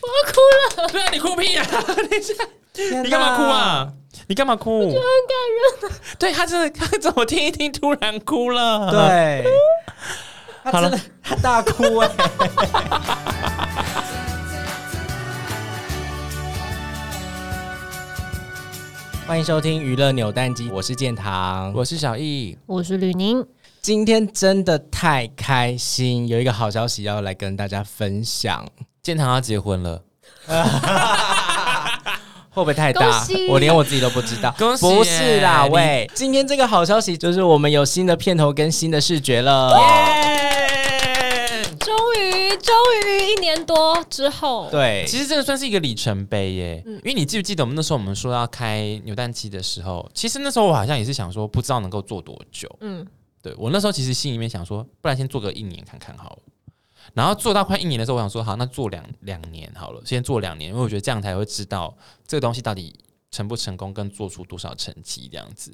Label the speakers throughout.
Speaker 1: 对啊，你哭屁啊！等一下，
Speaker 2: 天
Speaker 1: 你干嘛哭
Speaker 2: 哪？
Speaker 1: 啊？你干嘛哭？对他真的，他怎么听一听突然哭了？，
Speaker 2: 对，
Speaker 1: 好
Speaker 2: 他
Speaker 1: 了
Speaker 2: 真的他大 哭哎、欢迎收听娱乐扭蛋机，我是建堂。
Speaker 1: 我是小易，
Speaker 3: 我是吕宁，
Speaker 2: 今天真的太开心，有一个好消息要来跟大家分享，
Speaker 1: 建堂要结婚了，
Speaker 2: 会不会太大
Speaker 3: 恭喜？
Speaker 2: 我连我自己都不知道。
Speaker 1: 恭喜
Speaker 2: 不是啦，
Speaker 1: 你
Speaker 2: 喂，今天这个好消息就是我们有新的片头跟新的视觉了。
Speaker 1: 耶！
Speaker 3: 终于终于一年多之后，
Speaker 2: 对，
Speaker 1: 其实这个算是一个里程碑耶，因为你记不记得我们那时候我们说要开扭蛋机的时候，其实那时候我好像也是想说不知道能够做多久，
Speaker 3: 嗯，
Speaker 1: 对我那时候其实心里面想说，不然先做个一年看看好了。然后做到快一年的时候，我想说，好，那做两两年好了，先做两年，因为我觉得这样才会知道这个东西到底成不成功，跟做出多少成绩这样子。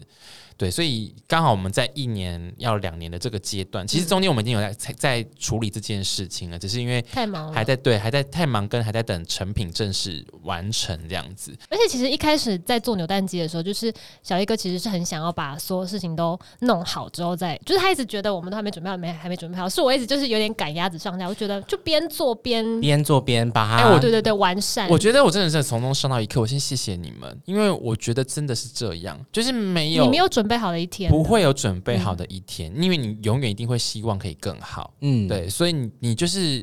Speaker 1: 对，所以刚好我们在一年要两年的这个阶段，其实中间我们已经有在在在处理这件事情了，只是因为
Speaker 3: 太忙了，
Speaker 1: 还在对还在太忙，跟还在等成品正式完成这样子。
Speaker 3: 而且其实一开始在做扭蛋机的时候，就是小一哥其实是很想要把所有事情都弄好之后再，就是他一直觉得我们都还没准备好，没还没准备好，是我一直就是有点赶鸭子上架，我觉得就边做边，
Speaker 2: 边做边把它，
Speaker 1: 哎我
Speaker 3: 对对对，完善。
Speaker 1: 我觉得我真的是从中上到一课，我先谢谢你们，因为我觉得真的是这样，就是没有
Speaker 3: 你没有准备好的嗯一天，
Speaker 1: 不会有准备好的一天，因为你永远一定会希望可以更好。
Speaker 2: 嗯，
Speaker 1: 对，所以你你就是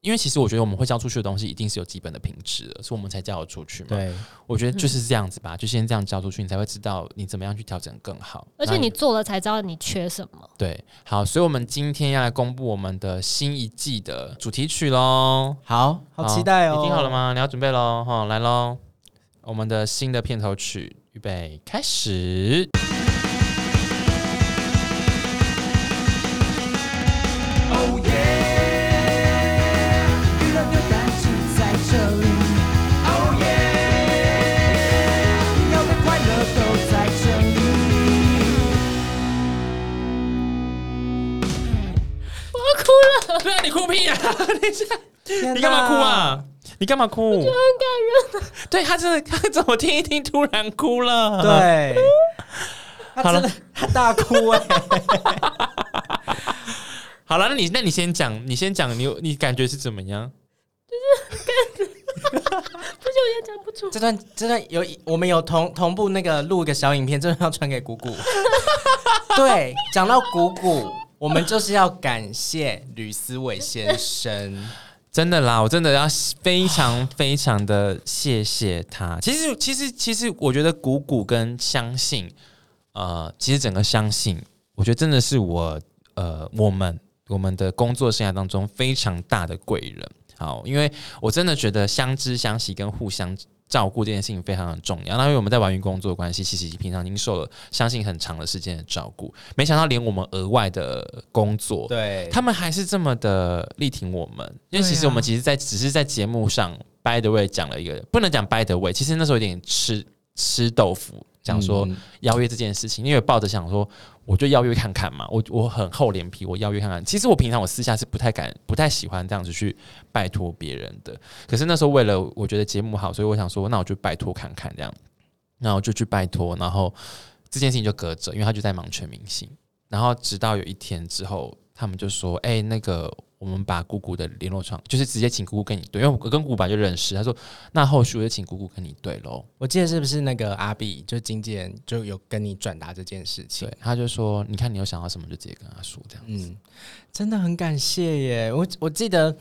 Speaker 1: 因为其实我觉得我们会交出去的东西一定是有基本的品质的，所以我们才交得出去嘛。，
Speaker 2: 对，
Speaker 1: 我觉得
Speaker 3: 嗯
Speaker 1: 就是这样子吧，就先这样交出去，你才会知道你怎么样去调整更好。
Speaker 3: 而且
Speaker 1: 然后
Speaker 3: 你做了才知道你缺什么。
Speaker 1: 对好，所以我们今天要来公布我们的新一季的主题曲喽。
Speaker 2: 好好期待哦！
Speaker 1: 你听好了？吗？你要准备喽，哈，来喽！我们的新的片头曲，预备开始。
Speaker 4: Oh yeah，娱乐扭蛋机在这里。Oh yeah，要的快乐都在这里。
Speaker 1: 对啊，你哭 屁啊！等一下，
Speaker 2: 天哪
Speaker 1: 你干嘛哭？啊？你干嘛哭？我觉得很感人。对他真的，他怎么听一听突然哭了？，
Speaker 2: 对，他
Speaker 1: 好了
Speaker 2: 真的他大哭哎、
Speaker 1: 好了，那你那你先讲，你先讲，你有你感觉是怎么样？
Speaker 3: 不是，我也讲不出。
Speaker 2: 这段这段有我们有同同步那个录一个小影片，这段要传 给谷谷。对，讲到谷谷，我们就是要感谢吕思伟先生。
Speaker 1: 真的啦，我真的要非常非常的谢谢他。其实，其实，其实，我觉得谷谷跟相信，呃，其实整个相信，我觉得真的是我呃我们我们的工作生涯当中非常大的贵人。好，因为我真的觉得相知相惜跟互相照顾这件事情非常的重要。那因为我们在玩云工作的关系，其实平常已经受了相信很长的时间的照顾，没想到连我们额外的工作，
Speaker 2: 对，
Speaker 1: 他们还是这么的力挺我们，因为
Speaker 3: 对啊
Speaker 1: 其实我们其实在，只是在节目上，by the way 讲了一个，不能讲 by the way，其实那时候有点吃吃豆腐，讲说
Speaker 2: 嗯
Speaker 1: 邀约这件事情，因为抱着想说，我就邀约看看嘛，我我很厚脸皮，我邀约看看。其实我平常我私下是不太敢、不太喜欢这样子去拜托别人的，可是那时候为了我觉得节目好，所以我想说，那我就拜托看看这样，那我就去拜托，然后这件事情就隔着，因为他就在忙全明星。然后直到有一天之后，他们就说：“哎、那个我们把姑姑的联络窗，就是直接请姑姑跟你对，因为我跟姑姑本来就认识。”他说：“那后续我就请姑姑跟你对喽。
Speaker 2: 我记得是不是那个阿碧，就经纪人就有跟你转达这件事”情
Speaker 1: 对。，他就说：“你看你有想到什么，就直接跟他说这样。”
Speaker 2: 嗯，真的很感谢耶！我我记得，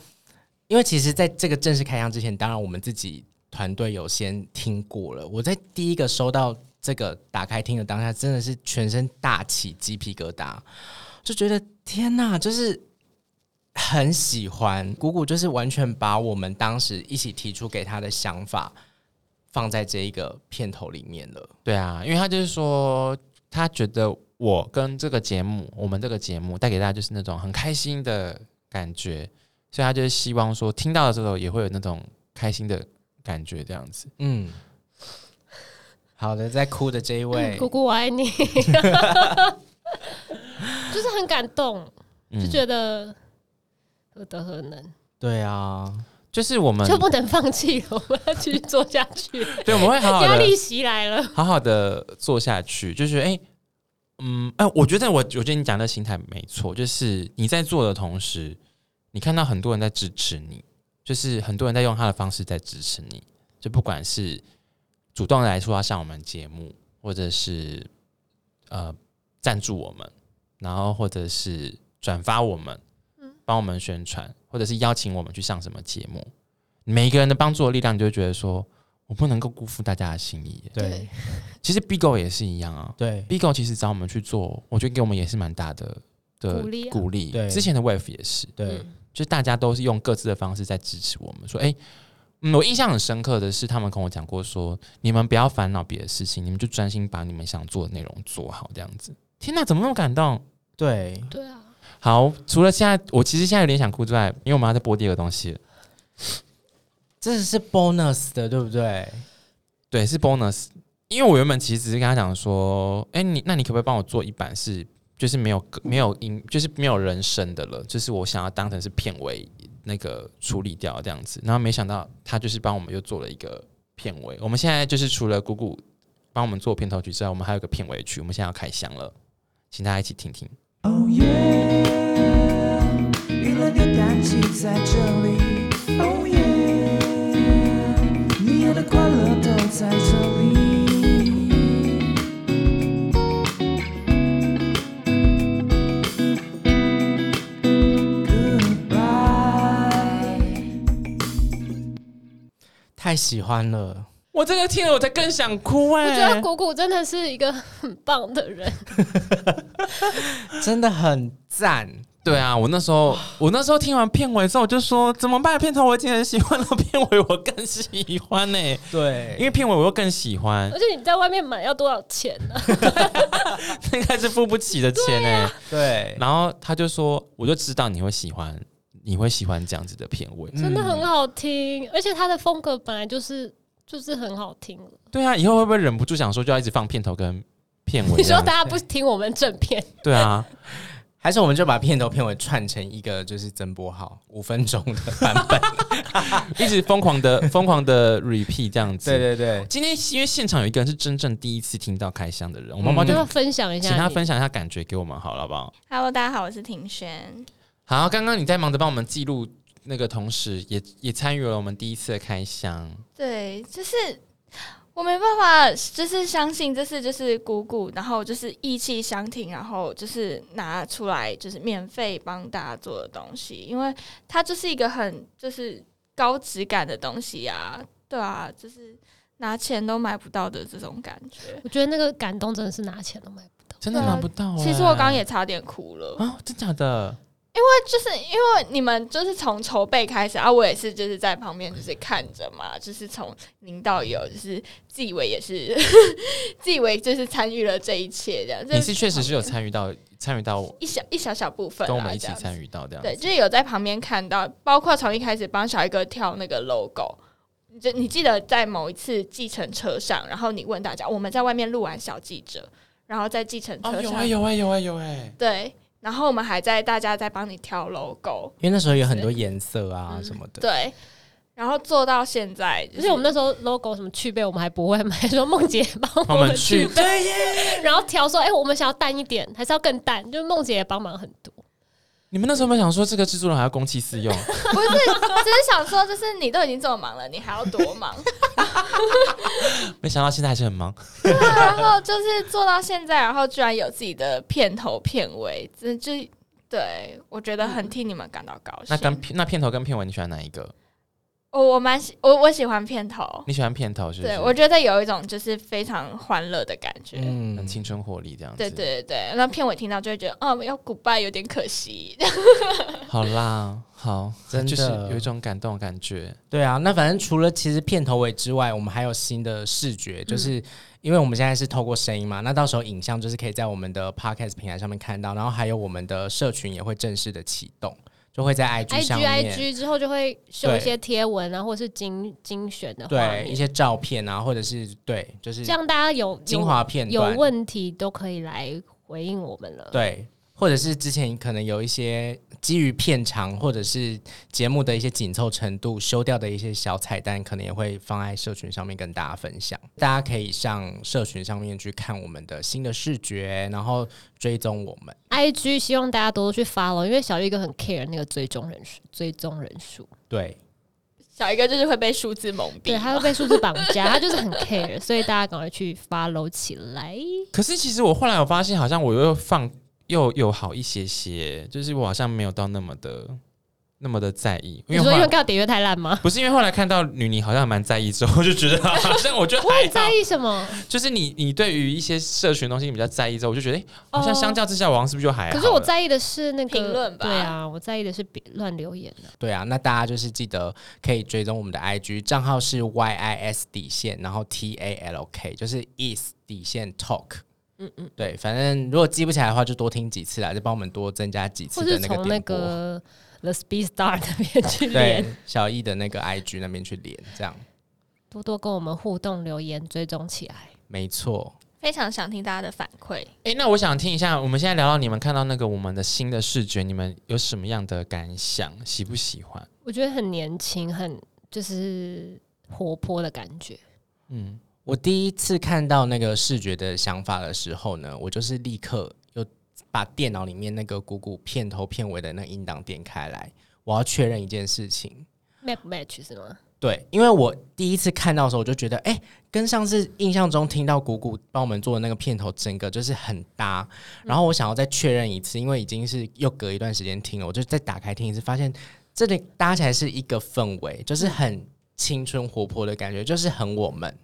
Speaker 2: 因为其实在这个正式开箱之前，当然我们自己团队有先听过了。我在第一个收到这个打开听的当下，真的是全身大起鸡皮疙瘩，就觉得天哪，就是。很喜欢谷谷，就是完全把我们当时一起提出给他的想法放在这一个片头里面了。
Speaker 1: 对啊，因为他就是说，他觉得我跟这个节目，我们这个节目带给大家就是那种很开心的感觉，所以他就是希望说，听到的时候也会有那种开心的感觉这样子。
Speaker 2: 嗯，好的，在哭的这一
Speaker 1: 哎
Speaker 2: 位，
Speaker 3: 姑姑，我爱 你， 就是
Speaker 1: 嗯
Speaker 3: 很感动，就觉得何德何能。
Speaker 2: 对啊，
Speaker 1: 就是我们
Speaker 3: 就不能放弃了，我们要继续做下去。
Speaker 1: 对我们会 好好
Speaker 3: 压
Speaker 1: 的
Speaker 3: 力袭来了，
Speaker 1: 好好的做下去，就是哎、诶嗯，哎、我觉得我我觉得你讲的心态没错，就是你在做的同时，你看到很多人在支持你，就是很多人在用他的方式在支持你，就不管是主动来说要上我们节目，或者是呃赞助我们，然后或者是转发我们，帮我们宣传，或者是邀请我们去上什么节目，每一个人的帮助的力量，你就会觉得说我不能够辜负大家的心意耶。
Speaker 2: 对
Speaker 1: 其实 Bigo 也是一样啊
Speaker 2: 对
Speaker 1: ，Bigo 其实找我们去做，我觉得给我们也是蛮大的的
Speaker 3: 鼓励啊
Speaker 1: 鼓励。
Speaker 2: 对
Speaker 1: 之前的 Wave 也是，
Speaker 2: 对
Speaker 3: 嗯
Speaker 1: 就是大家都是用各自的方式在支持我们，说，哎、嗯，我印象很深刻的是，他们跟我讲过说，你们不要烦恼别的事情，你们就专心把你们想做的内容做好，这样子。天哪，怎么那么感动？
Speaker 2: 对，
Speaker 3: 对啊，
Speaker 1: 好，除了现在，我其实现在有点想哭之外，因为我们要再播第二个东西了，
Speaker 2: 这是 bonus 的，对不对？
Speaker 1: 对，是 bonus。因为我原本其实只是跟他讲说，哎、你那你可不可以帮我做一版是，就是没有歌没有音，就是没有人声的了，就是我想要当成是片尾那个处理掉这样子。然后没想到他就是帮我们又做了一个片尾。我们现在就是除了姑姑帮我们做片头曲之外，我们还有一个片尾曲，我们现在要开箱了，请大家一起听听。
Speaker 4: 哦耶！娱乐扭蛋机在这里，哦耶！你要的快乐都在这里。Goodbye。
Speaker 2: 太喜欢了，
Speaker 1: 我真的听了，我才更想哭
Speaker 3: 我
Speaker 1: 哎、
Speaker 3: 觉得谷谷真的是一个很棒的人，
Speaker 2: 真的很赞。
Speaker 1: 对啊，我那时候我那时候听完片尾之后，我就说怎么办？片头我已经很喜欢了，片尾我更喜欢欸呢、
Speaker 2: 对，
Speaker 1: 因为片尾我又更喜欢
Speaker 5: 呃
Speaker 3: 而，且你在外面买要多少钱呢、
Speaker 1: 那应该是付不起的钱呢、
Speaker 5: 啊
Speaker 2: 对，
Speaker 1: 然后他就说，我就知道你会喜欢，你会喜欢这样子的片尾。
Speaker 2: 嗯
Speaker 3: 真的很好听，而且他的风格本来就是就是很好听了。
Speaker 1: 对啊，以后会不会忍不住想说，就要一直放片头跟片尾
Speaker 3: 你
Speaker 1: 这
Speaker 3: 说
Speaker 1: 样子？
Speaker 3: 大家不听我们正片，
Speaker 1: 对啊，
Speaker 2: 还是我们就把片头片尾串成一个就是曾播号五分钟的版本。
Speaker 1: 一直疯狂的疯狂的 repeat 这样子。
Speaker 2: 对对对，
Speaker 1: 今天因为现场有一个人是真正第一次听到开箱的人，我妈妈
Speaker 5: 嗯
Speaker 3: 我就
Speaker 1: 就
Speaker 3: 要分享一下
Speaker 1: 请
Speaker 3: 你，
Speaker 1: 他分享一下感觉给我们好了，好不好？
Speaker 5: Hello，大家好，我是庭轩。
Speaker 1: 好，刚刚你在忙着帮我们记录那个同时，也也参与了我们第一次的开箱。
Speaker 5: 对，就是我没办法，就是相信这是就是姑姑，然后就是意气相挺，然后就是拿出来就是免费帮大家做的东西，因为它就是一个很就是高质感的东西啊，对啊，就是拿钱都买不到的这种感觉。
Speaker 3: 我觉得那个感动真的是拿钱都买不到。
Speaker 1: 真的
Speaker 5: 对啊
Speaker 1: 拿不到、欸。
Speaker 5: 其实我刚刚也差点哭了，
Speaker 1: 啊，真假的？
Speaker 5: 就是因为你们就是从筹备开始啊，我也是就是在旁边就是看着嘛， 就是从零到有，就是纪委也是 纪委就是参与了这一切这样。
Speaker 1: 你是确实是有
Speaker 5: 就是
Speaker 1: 参与到参与到
Speaker 5: 一小一小小部分啦，
Speaker 1: 跟我们一起参
Speaker 5: 与。
Speaker 1: 与到这样子。
Speaker 5: 对，就是有在旁边看到，包括从一开始帮小一哥跳那个 logo。你就你记得在某一次计程车上，然后你问大家，我们在外面录完小记者，然后在计程车
Speaker 1: 哦，有
Speaker 5: 上，
Speaker 1: 哎、有哎、有哎、有哎、
Speaker 5: 对，然后我们还在大家在帮你挑 logo，
Speaker 2: 因为那时候有很多颜色啊什么的。
Speaker 5: 对，然后做到现在，就
Speaker 3: 而
Speaker 5: 是
Speaker 3: 且我们那时候 logo 什么去背我们还不会买， 说梦姐帮
Speaker 1: 帮我
Speaker 3: 我
Speaker 1: 们
Speaker 3: 们
Speaker 1: 去
Speaker 3: 去背，然后调说哎、我们想要淡一点，还是要更淡，就是梦姐也帮忙很多。
Speaker 1: 你们那时候有没有想说这个制作人还要公器私 用？
Speaker 5: 不是，只是想说，就是你都已经这么忙了，你还要 多忙？
Speaker 1: 没想到现在还是很忙。
Speaker 5: 对啊然后就是做到现在，然后居然有自己的片头片尾，真就对我觉得很替你们感到高兴。
Speaker 1: 那跟片那片头跟片尾你喜欢哪一个？
Speaker 5: 我我蛮喜我我喜欢片头，
Speaker 1: 你喜欢片头是不是？
Speaker 5: 对我觉得有一种就是非常欢乐的感觉。
Speaker 1: 很
Speaker 2: 嗯，
Speaker 1: 青春活力这样子。
Speaker 5: 对对对对，那片尾听到就会觉得，哦，要 goodbye 有点可惜。
Speaker 1: 好啦，好，
Speaker 2: 真的
Speaker 1: 就是有一种感动的感觉。
Speaker 2: 对啊，那反正除了其实片头尾之外，我们还有新的视觉，就是因为我们现在是透过声音嘛，那到时候影像就是可以在我们的 podcast 平台上面看到，然后还有我们的社群也会正式的启动，就会在 IG 上
Speaker 3: IG
Speaker 2: 面
Speaker 3: IG 之后就会修
Speaker 2: 对
Speaker 3: 一些贴文啊，或者是精精选的画
Speaker 2: 对一
Speaker 3: 面，
Speaker 2: 些照片啊，或者是对就是
Speaker 3: 这样大家有
Speaker 2: 精华片
Speaker 3: 有
Speaker 2: 段
Speaker 3: 有问题都可以来回应我们了。
Speaker 2: 对。或者是之前可能有一些基于片长或者是节目的一些紧凑程度修掉的一些小彩蛋，可能也会放在社群上面跟大家分享。大家可以上社群上面去看我们的新的视觉，然后追踪我们。
Speaker 3: IG 希望大家多多去 follow，因为小玉哥很 care 那个追踪人数，追踪人数，
Speaker 2: 对，
Speaker 5: 小一个就是会被数字蒙蔽
Speaker 3: 对，
Speaker 5: 嘛，
Speaker 3: 他会被数字绑架，他就是很 care，所以大家赶快去 follow 起来。
Speaker 1: 可是其实我后来我发现，好像我又放又又好一些些，就是我好像没有到那么的那么的在意，因
Speaker 3: 你
Speaker 1: 为后
Speaker 3: 说因为
Speaker 1: 来
Speaker 3: 刚好点阅太烂吗？
Speaker 1: 不是因为后来看到女尼好像蛮在意之后，我就觉得 好像我觉得
Speaker 3: 我
Speaker 1: 还
Speaker 3: 很
Speaker 1: 好
Speaker 3: 在，意什么？
Speaker 1: 就是你你对于一些社群的东西你比较在意之后，我就觉得、诶好像
Speaker 3: 哦
Speaker 1: 相较之下，我好像是不是就还好
Speaker 3: 可
Speaker 1: 了？
Speaker 3: 是我在意的是那个
Speaker 5: 评论吧
Speaker 3: 对啊，我在意的是别乱留言啊。
Speaker 2: 对啊，那大家就是记得可以追踪我们的 IG 账号是 YIS 底线，然后 T A L K 就是 is 底线 talk。嗯嗯，对，反正如果记不起来的话，就多听几次啦，再帮我们多增加几次
Speaker 3: 或
Speaker 2: 的
Speaker 3: 是
Speaker 2: 那个
Speaker 3: 从那
Speaker 2: 点播。
Speaker 3: 个 The Speed Star 那边去
Speaker 2: 对
Speaker 3: 连，
Speaker 2: 小 E 易的那个 IG 那边去连，这样
Speaker 3: 多多跟我们互动留言，追踪起来。
Speaker 2: 没错。
Speaker 5: 非常想听大家的反馈。
Speaker 1: 诶，哎那我想听一下，我们现在聊到你们看到那个我们的新的视觉，你们有什么样的感想？喜不喜欢？
Speaker 3: 我觉得很年轻，很就是活泼的感觉。
Speaker 1: 嗯，
Speaker 2: 我第一次看到那个视觉的想法的时候呢，我就是立刻又把电脑里面那个鼓鼓片头片尾的那个音档点开来，我要确认一件事情。
Speaker 3: Map match 是吗？
Speaker 2: 对，因为我第一次看到的时候，我就觉得，哎、跟上次印象中听到谷谷帮我们做的那个片头，整个就是很搭。
Speaker 3: 嗯
Speaker 2: 然后我想要再确认一次，因为已经是又隔一段时间听了，我就再打开听一次，发现这里搭起来是一个氛围，
Speaker 3: 嗯
Speaker 2: 就是很青春活泼的感觉，就是很我们，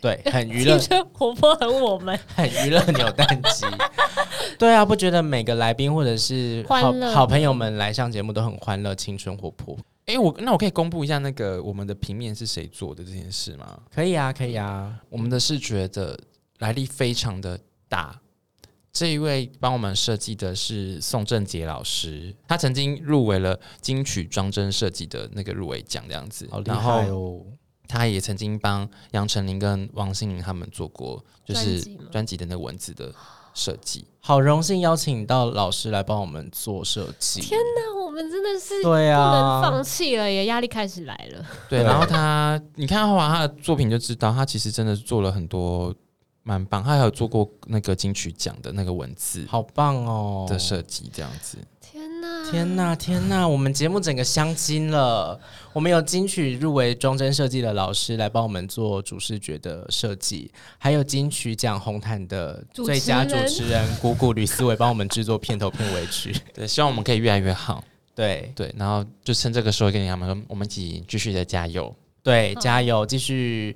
Speaker 3: 对
Speaker 2: 很娱 乐
Speaker 3: 青，春活泼很我们，
Speaker 2: 很 娱乐扭蛋机。对啊，不觉得每个来宾或者是好
Speaker 3: 欢乐
Speaker 2: 好朋友们来上节目都很欢乐、青春活泼？
Speaker 1: 诶，哎我那我可以公布一下那个我们的平面是谁做的这件事吗？
Speaker 2: 可以啊，可以啊。
Speaker 1: 我们的视觉的来历非常的大。这一位帮我们设计的是宋正杰老师，他曾经入围了金曲装帧设计的那个入围奖，这样子。然后
Speaker 2: 哦！
Speaker 1: 他也曾经帮杨丞琳跟王心凌他们做过，就是
Speaker 3: 专辑吗
Speaker 1: 专辑的那个文字的设 计。
Speaker 2: 好荣幸邀请到老师来帮我们做设计。天哪！
Speaker 3: 那我们真的是不
Speaker 2: 对
Speaker 3: 能
Speaker 2: 啊
Speaker 3: 放，弃了耶，压力开始来了。
Speaker 1: 对，
Speaker 2: 对
Speaker 1: 然后他，你看后来他的作品就知道，他其实真的做了很多蛮棒，他还有做过那个金曲奖的那个文字
Speaker 2: 好棒哦！
Speaker 1: 的设计，这样子。
Speaker 3: 天哪！
Speaker 2: 天哪，天哪！我们节目整个镶金了。我们有金曲入围装帧设计的老师来帮我们做主视觉的设计，还有金曲奖红毯的
Speaker 3: 主持
Speaker 2: 最佳主
Speaker 3: 人
Speaker 2: 持人谷谷吕思维帮我们制作片头片尾曲。
Speaker 1: 对，希望我们可以越来越好。
Speaker 2: 对
Speaker 1: 对，然后就趁这个时候跟他们说，我们一起继续的加油。
Speaker 2: 对，加油，继续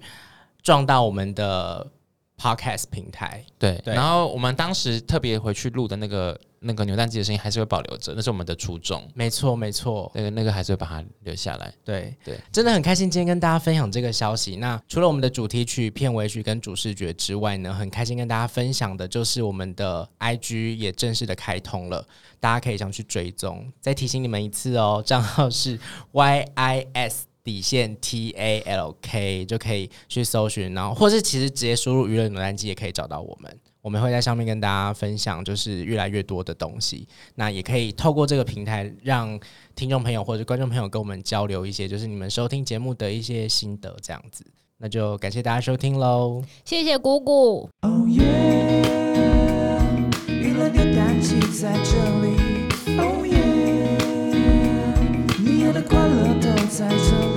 Speaker 2: 撞到我们的 podcast 平台。
Speaker 1: 对，
Speaker 2: 对
Speaker 1: 然后我们当时特别回去录的那个那个扭蛋机的声音还是会保留着，那是我们的初衷。
Speaker 2: 没错，没错。
Speaker 1: 那个那个还是会把它留下来。
Speaker 2: 对
Speaker 1: 对，
Speaker 2: 真的很开心今天跟大家分享这个消息。那除了我们的主题曲、片尾曲跟主视觉之外呢，很开心跟大家分享的就是我们的 IG 也正式的开通了，大家可以上去追踪。再提醒你们一次哦，账号是 YIS。底线 T A L K 就可以去搜寻，然后或是其实直接输入“娱乐扭蛋机”也可以找到我们。我们会在上面跟大家分享，就是越来越多的东西。那也可以透过这个平台，让听众朋友或者观众朋友跟我们交流一些，就是你们收听节目的一些心得，这样子。那就感谢大家收听喽，
Speaker 3: 谢谢姑姑，
Speaker 4: 哦耶！娱乐扭蛋机在这，Oh 里，哦耶！你要的快乐都在这里，